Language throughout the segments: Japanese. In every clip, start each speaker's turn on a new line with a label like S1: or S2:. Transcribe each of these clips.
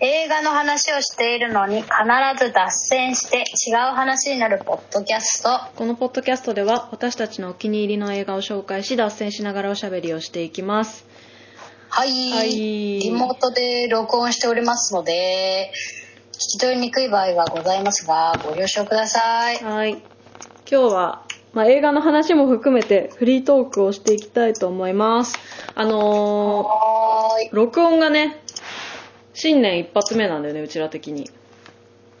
S1: 映画の話をしているのに必ず脱線して違う話になるポッドキャスト
S2: このポッドキャストでは私たちのお気に入りの映画を紹介し脱線しながらおしゃべりをしていきます。
S1: はい、
S2: はい
S1: リモートで録音しておりますので聞き取りにくい場合はございますがご了承ください
S2: はい。今日は、まあ、映画の話も含めてフリートークをしていきたいと思います。あの
S1: はーい
S2: ー、録音がね、新年一発目なんだよね、うちら的に。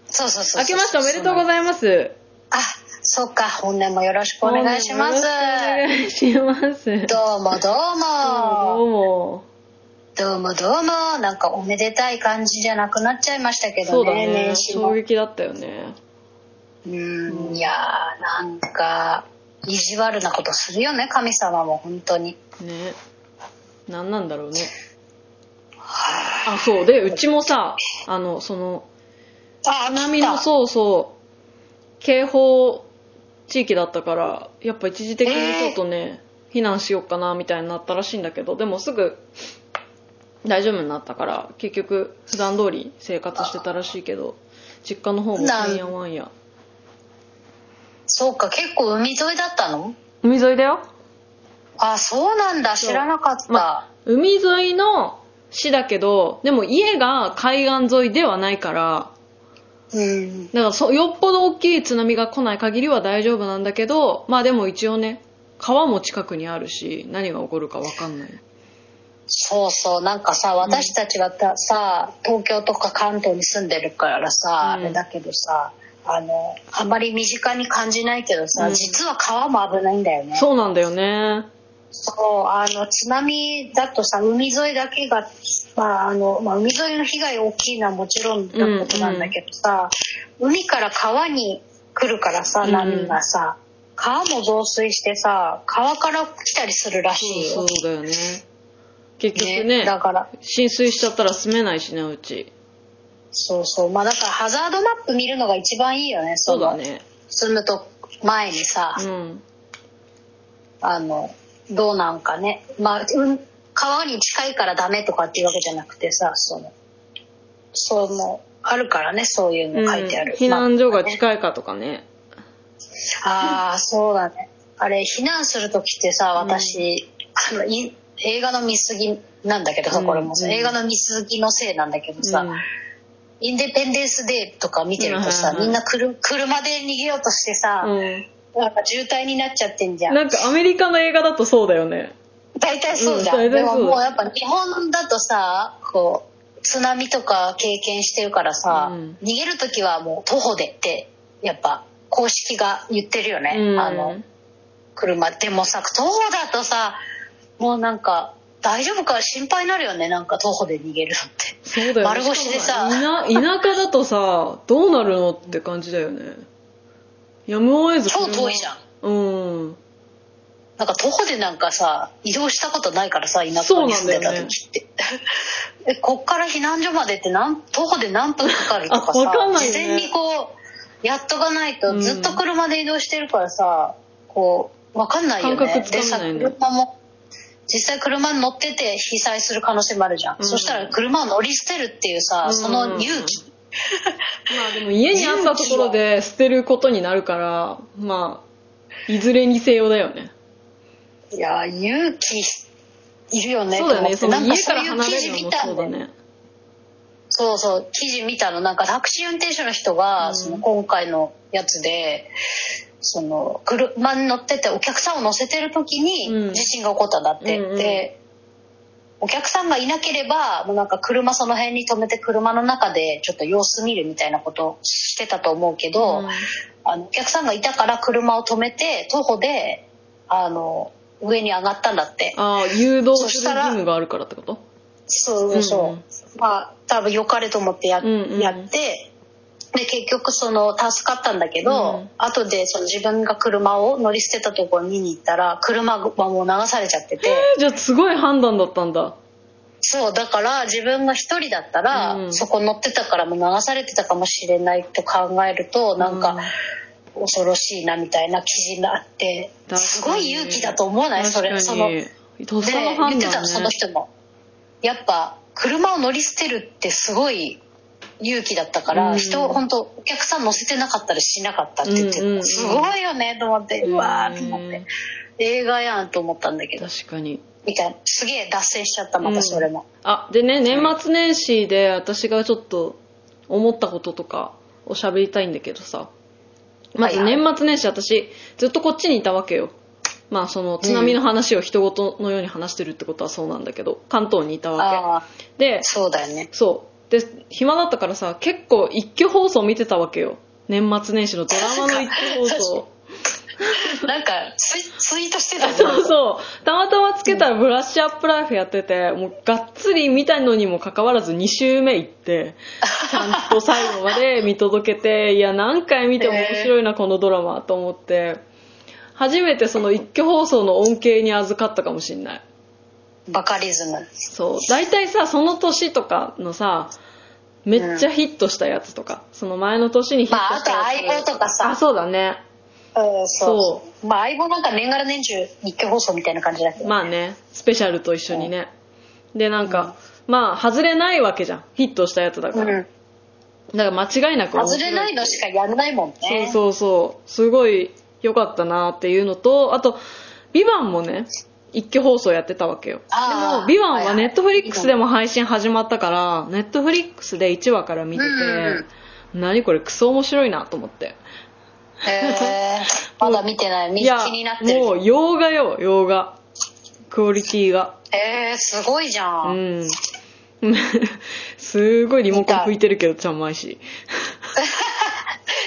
S1: そうそうそうそう
S2: 明けましておめでとうご
S1: います
S2: ざいます。
S1: あそっか本年もよろしくお願いします
S2: よろしくお願いします。
S1: どうもどう
S2: ど
S1: も
S2: うも。
S1: どうもどうもなんかおめでたい感じじゃなくなっちゃいましたけ
S2: そ
S1: ど
S2: うだ
S1: ね
S2: ね。
S1: 年始も
S2: 衝撃だったよね。
S1: うーんいやーなんか意地悪なことするよね神様も本当に
S2: ね。なんなんだろうね。あ、そう。で、うちもさ、あの、その、
S1: あ
S2: 津波のそうそう警報地域だったからやっぱ一時的にちょっとね、避難しようかなみたいになったらしいんだけどでもすぐ大丈夫になったから結局普段通り生活してたらしいけど実家の方も
S1: な
S2: なんんやわんや
S1: そうか結構海沿いだったの
S2: 海沿いだよ
S1: あそうなんだ
S2: そう
S1: 知らなかった、
S2: ま海沿いの市だけどでも家が海岸沿いではないから
S1: うん
S2: だからそよっぽど大きい津波が来ない限りは大丈夫なんだけどまあでも一応ね川も近くにあるし何が起こるか分かんない
S1: そうそうなんかさ私たちがたさ東京とか関東に住んでるからさ、
S2: うん
S1: あれだけどさあのあまり身近に感じないけどさ、
S2: うん
S1: 実は川も危ないんだよね
S2: そうなんだよね
S1: そう、あの、津波だとさ、海沿いだけが、まあ、あの、まあ、海沿いの被害大きいのはもちろんなことなんだけどさ、海から川に来るからさ、
S2: うん
S1: 波がさ、川も増水してさ、川から来たりするらしい
S2: そ
S1: よ
S2: う。だよね結局ね
S1: だから、
S2: 浸水しちゃったら住めないしねうち
S1: そうそう。まあ、だからハザードマップ見るのが一番いいよね、
S2: そう
S1: の
S2: だ。ね
S1: 住むと前にさ、
S2: うん
S1: あの、どうなんかね。まあ、うん、川に近いからダメとかっていうわけじゃなくてさ、その、そうもあるからね、そういうの書いてある。
S2: うん避難所が
S1: まあ
S2: 近いかとかね
S1: ああ、そうだね。あれ、避難するときってさ、私、あの、い映画の見過ぎなんだけどさ、
S2: うん
S1: これも
S2: うん
S1: 映画の見過ぎのせいなんだけどさ、
S2: うん
S1: インデペンデンスデーとか見てるとさ、
S2: うん
S1: みんなくる車で逃げようとしてさ、
S2: うん
S1: なんか渋滞になっちゃってんじゃん。
S2: なんかアメリカの映画だとそうだよね
S1: 大体そうじゃん、
S2: うん大
S1: で
S2: 体そう
S1: ももうやっぱ日本だとさこう津波とか経験してるからさ、
S2: うん
S1: 逃げる時はもう徒歩でってやっぱ公式が言ってるよね、
S2: うん
S1: あの車でもさ徒歩だとさもうなんか大丈夫か心配になるよねなんか徒歩で逃げるのって
S2: そうだよね
S1: 丸腰でさ
S2: しかもいな田舎だとさどうなるのって感じだよねやむを得ず
S1: 超遠いじゃん
S2: うん
S1: なんか徒歩でなんかさ移動したことないからさ田舎に住んでた時って、えこっから避難所までってなん徒歩で何分かかるとか
S2: あわ
S1: さ
S2: かんないよね
S1: 事前にこうやっとかないと
S2: うん
S1: ずっと車で移動してるからさ、こうわかんないよね
S2: 感覚つ
S1: で
S2: か
S1: さ
S2: めないね
S1: 車も実際車に乗ってて被災する可能性もあるじゃん、
S2: うん
S1: そしたら車を乗り捨てるっていうさ、その勇気
S2: まあでも家にあったところで捨てることになるからまあいずれにせよだよね
S1: いや勇気いるよね
S2: そうだ
S1: と思
S2: ね
S1: って
S2: その
S1: なんか
S2: 家か
S1: そう
S2: ら
S1: いう
S2: 離
S1: 記
S2: れ
S1: 事
S2: るの
S1: 見
S2: も
S1: たん
S2: そ
S1: だ
S2: う
S1: よ
S2: だね
S1: そうそう、記事見たの。なんかタクシー運転手の人が、
S2: うん
S1: その今回のやつで、その車に乗っててお客さんを乗せてる時
S2: う
S1: に
S2: ん
S1: 地震が起こったんだって。
S2: うんうん
S1: で、お客さんがいなければ、もうなんか車その辺に止めて車の中でちょっと様子見るみたいなことをしてたと思うけど、
S2: うん
S1: あのお客さんがいたから車を止めて徒歩で、あの、上に上がったんだって。
S2: ああ誘導
S1: そ
S2: す
S1: し
S2: る
S1: たら
S2: 義務があるからってこと
S1: そう
S2: うん
S1: そう、
S2: うん
S1: まあ多分良かれと思ってや,、
S2: うんうん
S1: やってで結局その助かったんだけど、
S2: うん
S1: 後でその自分が車を乗り捨てたところに見に行ったら車がもう流されちゃってて
S2: えじゃあすごい判断だったんだ
S1: そうだから自分が一人だったら、
S2: うん
S1: そこ乗ってたからもう流されてたかもしれないと考えるとなんか恐ろしいなみたいな記事があって
S2: うん
S1: すごい勇気だと思わないそれそ
S2: 確
S1: の
S2: かにとっ
S1: で
S2: さの
S1: 言
S2: 判
S1: ってたのそ
S2: 断
S1: の
S2: ね
S1: 人もやっぱ車を乗り捨てるってすごい勇気だったから、
S2: うん
S1: 人本当お客さん乗せてなかったりしなかったって言ってた、
S2: うんうんうん
S1: すごいよねと思ってうわーと思って、
S2: うん
S1: 映画やんと思ったんだけど
S2: 確かに
S1: みたいなすげえ脱線しちゃったまたそれも、
S2: あでね年末年始で私がちょっと思ったこととかを喋りたいんだけどさまず
S1: はいはい
S2: 年末年始私ずっとこっちにいたわけよまあその津波の話を人事のように話してるってことはそうなんだけど関東にいたわ
S1: ああ
S2: けで
S1: そうだよね
S2: そうで暇だったからさ結構一挙放送見てたわけよ年末年始のドラマの一挙放送
S1: なんかツイツイートしてたじゃん
S2: そうそうたまたまつけたら「ブラッシュアップライフ」やっててもうがっつり見たのにもかかわらず2週目行ってちゃんと最後まで見届けていや何回見ても面白いなこのドラマと思って初めてその一挙放送の恩恵に預かったかもしんない
S1: バカリズム
S2: そう大体さその年とかのさめっちゃヒットしたやつとか、その前の年にヒッ
S1: まあ
S2: ト
S1: あ
S2: し
S1: と
S2: たや
S1: 相
S2: つ
S1: 棒とかさ
S2: あそうだね
S1: うんそう
S2: そ
S1: そうまあ相棒なんか年がら年中日経放送みたいな感じだけど、
S2: まあねスペシャルと一緒にねでなんか、まあ外れないわけじゃんヒットしたやつだか
S1: う
S2: ら、
S1: ん
S2: だから間違いなく面
S1: 外
S2: 白
S1: れないのしかやんないもんね
S2: そうそうそうすごい良かったなっていうのとあと「ビバンもね一挙放送やってたわけよで
S1: あ
S2: も「
S1: ー
S2: ビバン
S1: は
S2: はい
S1: はい
S2: ネットフリックスでも配信始まったからネットフリックスで1話から見てて、
S1: うんうん
S2: 何これクソ面白いなと思って
S1: へえまだ見てないみ
S2: いや
S1: 気になってる
S2: もう洋画よ洋画クオリティが
S1: へえすごいじゃ、
S2: うんん すごいリモコン吹いてるけどちゃんまいし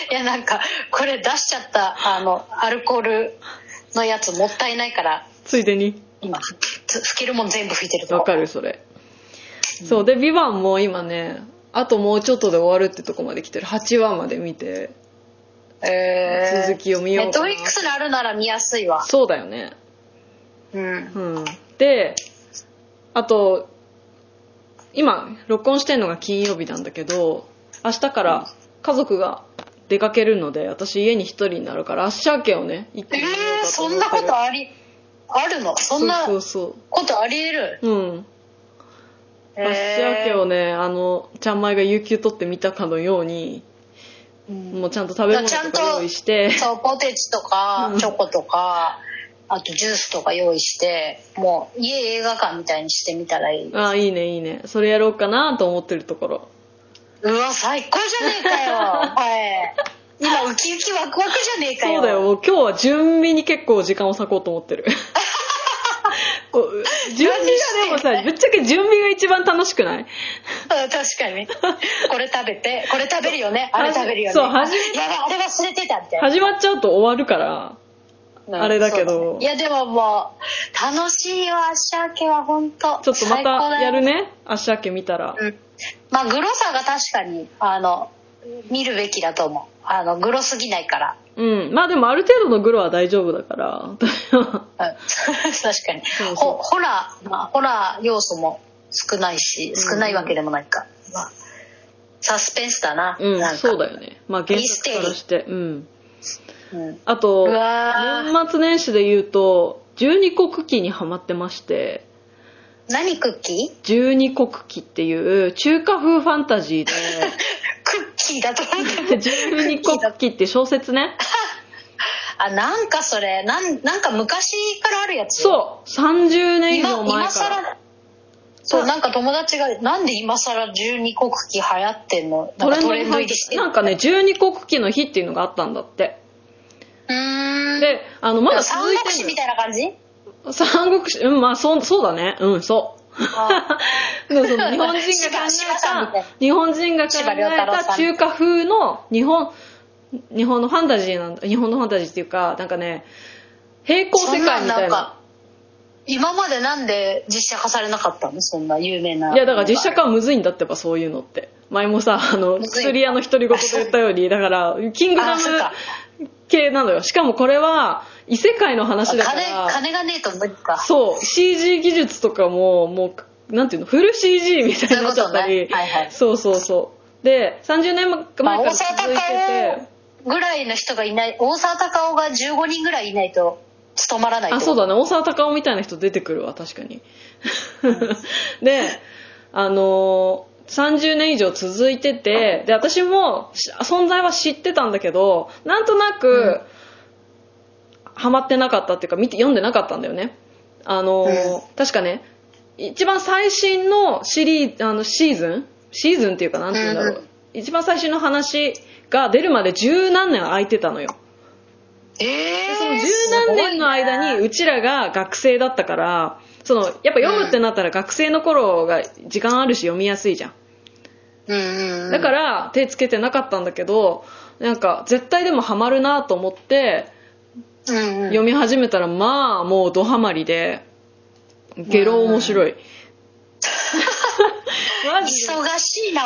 S1: いやなんかこれ出しちゃったあのアルコールのやつもったいないから
S2: ついでに
S1: 今つ拭けるもん全部拭いてるとこ
S2: わかるそれ、そうで「ビバンも今ねあともうちょっとで終わるってとこまで来てる8話まで見て
S1: へえ
S2: 続きを見ようか
S1: ネットフリ
S2: な
S1: ックスにあるなら見やすいわ
S2: そうだよね
S1: うん
S2: うんであと今録音してんのが金曜日なんだけど明日から家族が出かけるので私家に一人になるからアッシャー券をね一
S1: え
S2: 気に見よ
S1: ー、
S2: うかと
S1: そ
S2: 思
S1: ん
S2: って
S1: な
S2: る
S1: ことありあるのそんな
S2: そうそう
S1: ことありえる
S2: そううん
S1: へ
S2: アッシャー券をねあのちゃんまいが有給取ってみたかのように
S1: うん
S2: もうちゃんと食べ物
S1: ちゃ
S2: と
S1: んと
S2: か用 意して
S1: そうポテチとか
S2: うん
S1: チョコとかあとジュースとか用意してもう家映画館みたいにしてみたらいい
S2: ああいいねいいねそれやろうかなと思ってるところ
S1: うわ最高じゃねえか よはい今ウキウキワクワクじゃねえかよ
S2: そうだよもう今日は準備に結構時間を割こうと 思ってるこう準備がでもさぶっちゃけ準備が一番楽しくない
S1: うん確か にこれ食べてこれ食べるよねあれ食べるよね
S2: そう初め
S1: やばいあれ忘れてたみたいな
S2: 始まっちゃうと終わるから
S1: うん
S2: あれだけど
S1: そうねいやでももう楽しいわ足明けは本当
S2: ちょっとま
S1: 最高だ
S2: た
S1: よ
S2: やるね足明け見たら、
S1: うんまあグロさが確かにあの見るべきだと思うあのグロすぎないから、
S2: うん、まあでもある程度のグロは大丈夫だから
S1: うん確かに
S2: そうそう
S1: ほホラー、まあ、ホラー要素も少ないし少ないわけでもないか、まあ、サスペンスだな,、
S2: うん
S1: なんか
S2: そうだよねまあ原作からしてうん
S1: うん
S2: あと
S1: うわー
S2: 年末年始で言うと12国旗にハマってまして
S1: 何クッキー
S2: 十二国旗っていう中華風ファンタジー で
S1: クッキーだと思 って
S2: 十二国旗って小説ね
S1: あなんかそれなんなんか昔からあるやつ
S2: そう30年以
S1: 今
S2: 上前
S1: 今
S2: か
S1: 更
S2: ら
S1: そうなんか友達がなんで今更12国旗流行ってんのなん
S2: ト
S1: か
S2: レン
S1: ト
S2: ド
S1: レ
S2: に
S1: ンド入
S2: 入って
S1: りしてる
S2: なんかね十二国旗の日っていうのがあったんだって
S1: うーん
S2: であのまだ
S1: 三
S2: 続い
S1: 国
S2: て
S1: 志
S2: る
S1: みたいな感 じ
S2: 三国志うんまあそうそうだねうんそう
S1: あ
S2: でもその日本人が考
S1: 柴さんみ
S2: え
S1: たい
S2: た日本人が考
S1: 柴良太郎
S2: え
S1: さ
S2: た
S1: ん
S2: 中華風の日本日本のファンタジーなんだ日本のファンタジーっていうかなんかね平行世界みた
S1: そんなんないん
S2: な
S1: か今までなんで実写化されなかったのそんな有名ない
S2: やだから実写化はむずいんだってばそういうのって前もさあの
S1: むずい
S2: 薬屋の独り言で言ったようにだからキングダ
S1: あ
S2: ム
S1: そうか
S2: 系なのよしかもこれは異世界の話
S1: 金
S2: だから
S1: 金がねえと無理か
S2: そう CG 技術とかももうなんていうのフル CG みたいになっちゃった
S1: そうい
S2: り
S1: うことねはいはい
S2: そうそうそうで30年前か
S1: まあ、
S2: ら
S1: 大
S2: 続い
S1: 沢
S2: てて
S1: たかおぐらいの人がいない大沢たかおが15人ぐらいいないと務まらない
S2: あそう
S1: だ
S2: だね大沢たかおみたいな人出てくるわ確かにであのー30年以上続いててで私もし存在は知ってたんだけどなんとなく、ハマってなかったっていうか見て読んでなかったんだよねあのー、
S1: うん
S2: 確かね一番最新のシリーズあのシーズンシーズンっていうかなんて言うんだろう、
S1: うんうん
S2: 一番最新の話が出るまで十何年空いてたのよ
S1: え
S2: で
S1: え
S2: その十何年の間にうちらが学生だったからそのやっぱ読むってなったら学生の頃が時間あるし読みやすいじゃん
S1: うんうん
S2: だからら手つけてなかったんだけどなんか絶対でもハマるなと思って
S1: うんうん
S2: 読み始めたらまあもうドハマりでゲロ面白い マジで
S1: 忙しいな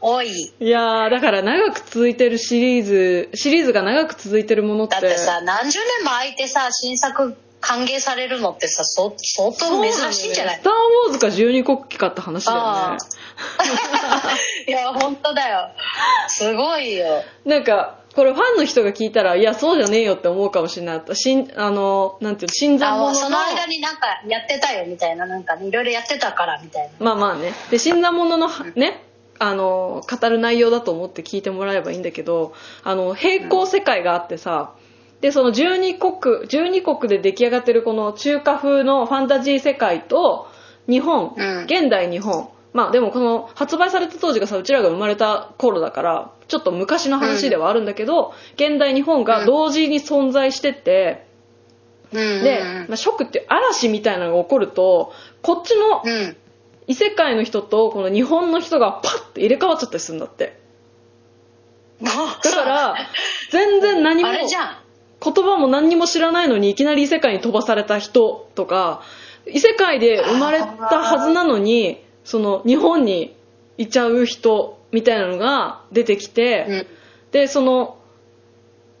S1: 多い
S2: いやーだから長く続いてるシリーズシリーズが長く続いてるものって
S1: だってさ何十年も空いてさ新作歓迎されるのってさそ相当珍しいんじゃない
S2: スター・ウォーズか12国旗かって話だよ
S1: あ
S2: ね
S1: いや本当だよすごいよ
S2: なんかこれファンの人が聞いたらいやそうじゃねえよって思うかもしれないしんあのなんていうの新参者
S1: あ
S2: の
S1: その間になんかやってたよみたいななんかねいろいろやってたからみたいな
S2: まあまあね。で、新参者のはね、あの、語る内容だと思って聞いてもらえばいいんだけど、あの、平行世界があってさ、で、その12国、12国で出来上がってるこの中華風のファンタジー世界と、日本、
S1: うん
S2: 現代日本。まあでもこの発売された当時がさ、うちらが生まれた頃だから、ちょっと昔の話ではあるんだけど、現代日本が同時に存在してて、
S1: うん
S2: で、
S1: うん
S2: まあ、ショックっていう嵐みたいなのが起こると、こっちの
S1: うん
S2: 異世界の人とこの日本の人がパッて入れ替わっちゃったりするんだってだ から全然何も
S1: あれじ
S2: 言
S1: ゃん
S2: 葉も何にも知らないのにいきなり異世界に飛ばされた人とか異世界で生まれたはずなのにその日本にいちゃう人みたいなのが出てきて、
S1: うん
S2: でその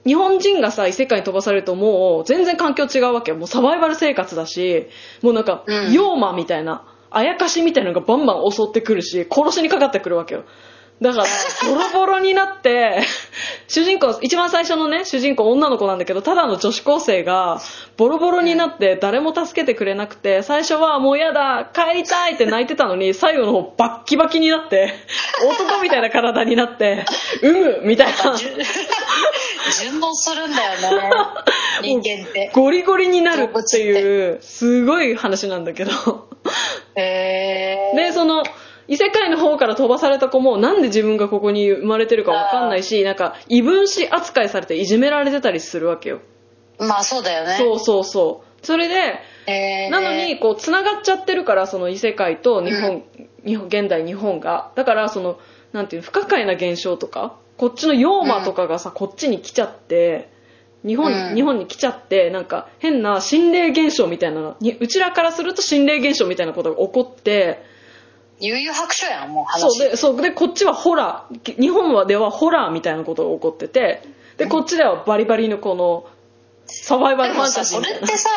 S2: 日本人がさ異世界に飛ばされるともう全然環境違うわけよもうサバイバル生活だしもうなんか
S1: うん
S2: 妖魔みたいなあやかしみたいなのがバンバン襲ってくるし殺しにかかってくるわけよだからボロボロになって主人公一番最初のね主人公女の子なんだけどただの女子高生がボロボロになって誰も助けてくれなくて最初はもうやだ帰りたいって泣いてたのに最後の方バッキバキになって男みたいな体になってうむみたいな
S1: 順応するんだよね 人間って
S2: ゴリゴリになるっていうすごい話なんだけど
S1: へえ
S2: でその異世界の方から飛ばされた子もなんで自分がここに生まれてるか分かんないしなんか異分子扱いされていじめられてたりするわけよ
S1: まあそうだよね
S2: そうそうそうそれで
S1: へー
S2: なのにこうつながっちゃってるからその異世界と日本,、日本現代日本がだからそのなんていうの不可解な現象とかこっちの妖魔とかがさ、こっちに来ちゃって日本,、
S1: うん
S2: 日本に来ちゃってなんか変な心霊現象みたいなのにうちらからすると心霊現象みたいなことが起こって
S1: 悠々白書やんもう話
S2: そうでそうでこっちはホラー日本はではホラーみたいなことが起こっててでこっちではバリバリのこのサ バイバ
S1: で
S2: ルファ
S1: も
S2: ン
S1: さ
S2: タジ
S1: そ
S2: ーみた
S1: れ
S2: い
S1: っ
S2: な
S1: てさ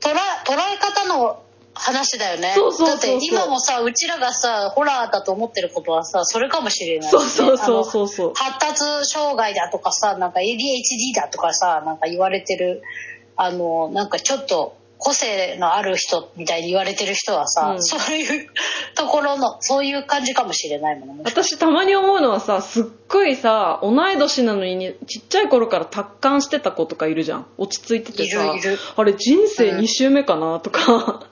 S1: 捉え捉え方の話だよね
S2: そうそうそうそう
S1: だって今もさうちらがさホラーだと思ってることはさそれかもしれないし
S2: そ
S1: ね、
S2: うそうそう
S1: う
S2: そうそう
S1: 発達障害だとかさなんか ADHD だとかさなんか言われてるあのなんかちょっと個性のある人みたいに言われてる人はさ、
S2: うん
S1: そういうところのそういう感じかもしれないもんね
S2: 私たまに思うのはさすっごいさ同い年なのにちっちゃい頃から達観してた子とかいるじゃん落ち着いててさ
S1: いるいる
S2: あれ人生2周目かなとか、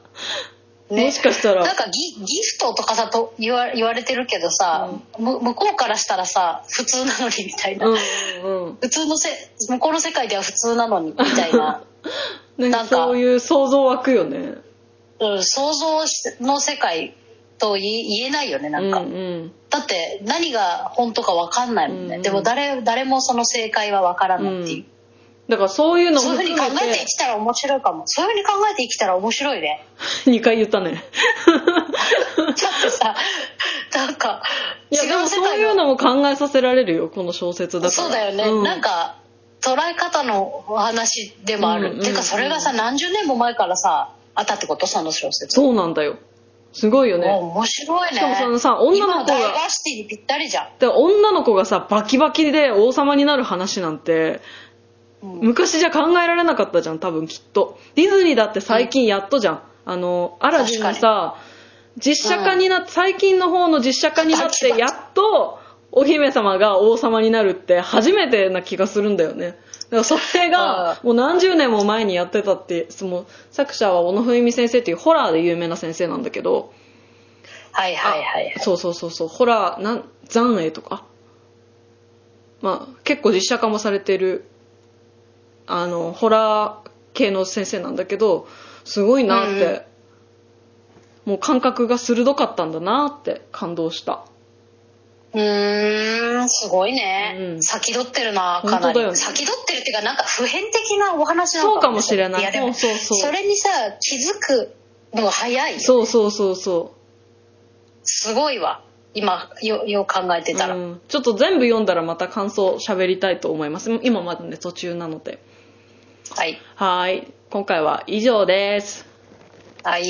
S1: ね
S2: もしかしたら
S1: なんかギギフトとかさと言わ言われてるけどさ、む向こうからしたらさ普通なのにみたいな、
S2: うんうん
S1: 普通のせ向こうの世界では普通なのにみたい な、
S2: うんな
S1: なんん
S2: か
S1: か
S2: そういう想像湧くよね
S1: うん、想像しの世界と言い言えないよねなんか、
S2: うんうん
S1: だって何が本当か分かんないもんね、
S2: うん
S1: でも誰誰もその正解は分からないっていう、
S2: だからそういうの
S1: そ
S2: も
S1: ういうふう
S2: 含
S1: に考
S2: め
S1: えて生
S2: て
S1: きたら面白いかもそういうふうに考えて生きたら面白いね
S2: 2回言っ たね
S1: だってさなんか
S2: いやでもそうい
S1: の
S2: うのも考えさせられるよこの小説だから
S1: そうだよね、
S2: う
S1: なんか捉え方のお話でもある、
S2: うんうん
S1: てかそれがさ何十年も前からさあったってことその小説
S2: そうなんだよすごいよね
S1: もう面白いね
S2: しかもそのさ女の
S1: 今
S2: 子が
S1: ダイバーシティにぴったりじゃん、
S2: で女の子がさバキバキで王様になる話なんて
S1: うん
S2: 昔じゃ考えられなかったじゃん多分きっとディズニーだって最近やっとじゃん、あの嵐のさ実写化になって、最近の方の実写化になって、やっと、お姫様が王様になるって初めてな気がするんだよね。だからそれ
S1: あ
S2: が、もう何十年も前にやってたって、その、作者は小野文美先生っていうホラーで有名な先生なんだけど、
S1: はいはいはいはい。
S2: そうそうそうそう、ホラー、なん、残影とか、まあ、結構実写化もされてる、あの、ホラー系の先生なんだけど、すごいなって、もう感覚が鋭かったんだなって感動した。
S1: うーん、すごいね。
S2: うん
S1: 先取ってるな、かな
S2: 本当
S1: り。
S2: だよね
S1: 先取ってるっていうか、なんか普遍的なお話なの
S2: そうかもしれない。
S1: やでも、
S2: そうそうそ。
S1: そうれにさ、気づくのが早い。
S2: そうそうそうそ
S1: すごいわ。今、よ、よう考えて
S2: う、
S1: たら。
S2: うんちょっと全部読んだらまた感想喋りたいと思います。今まだね、途中なので。
S1: はい。
S2: はーい。今回は以上です。
S1: はい。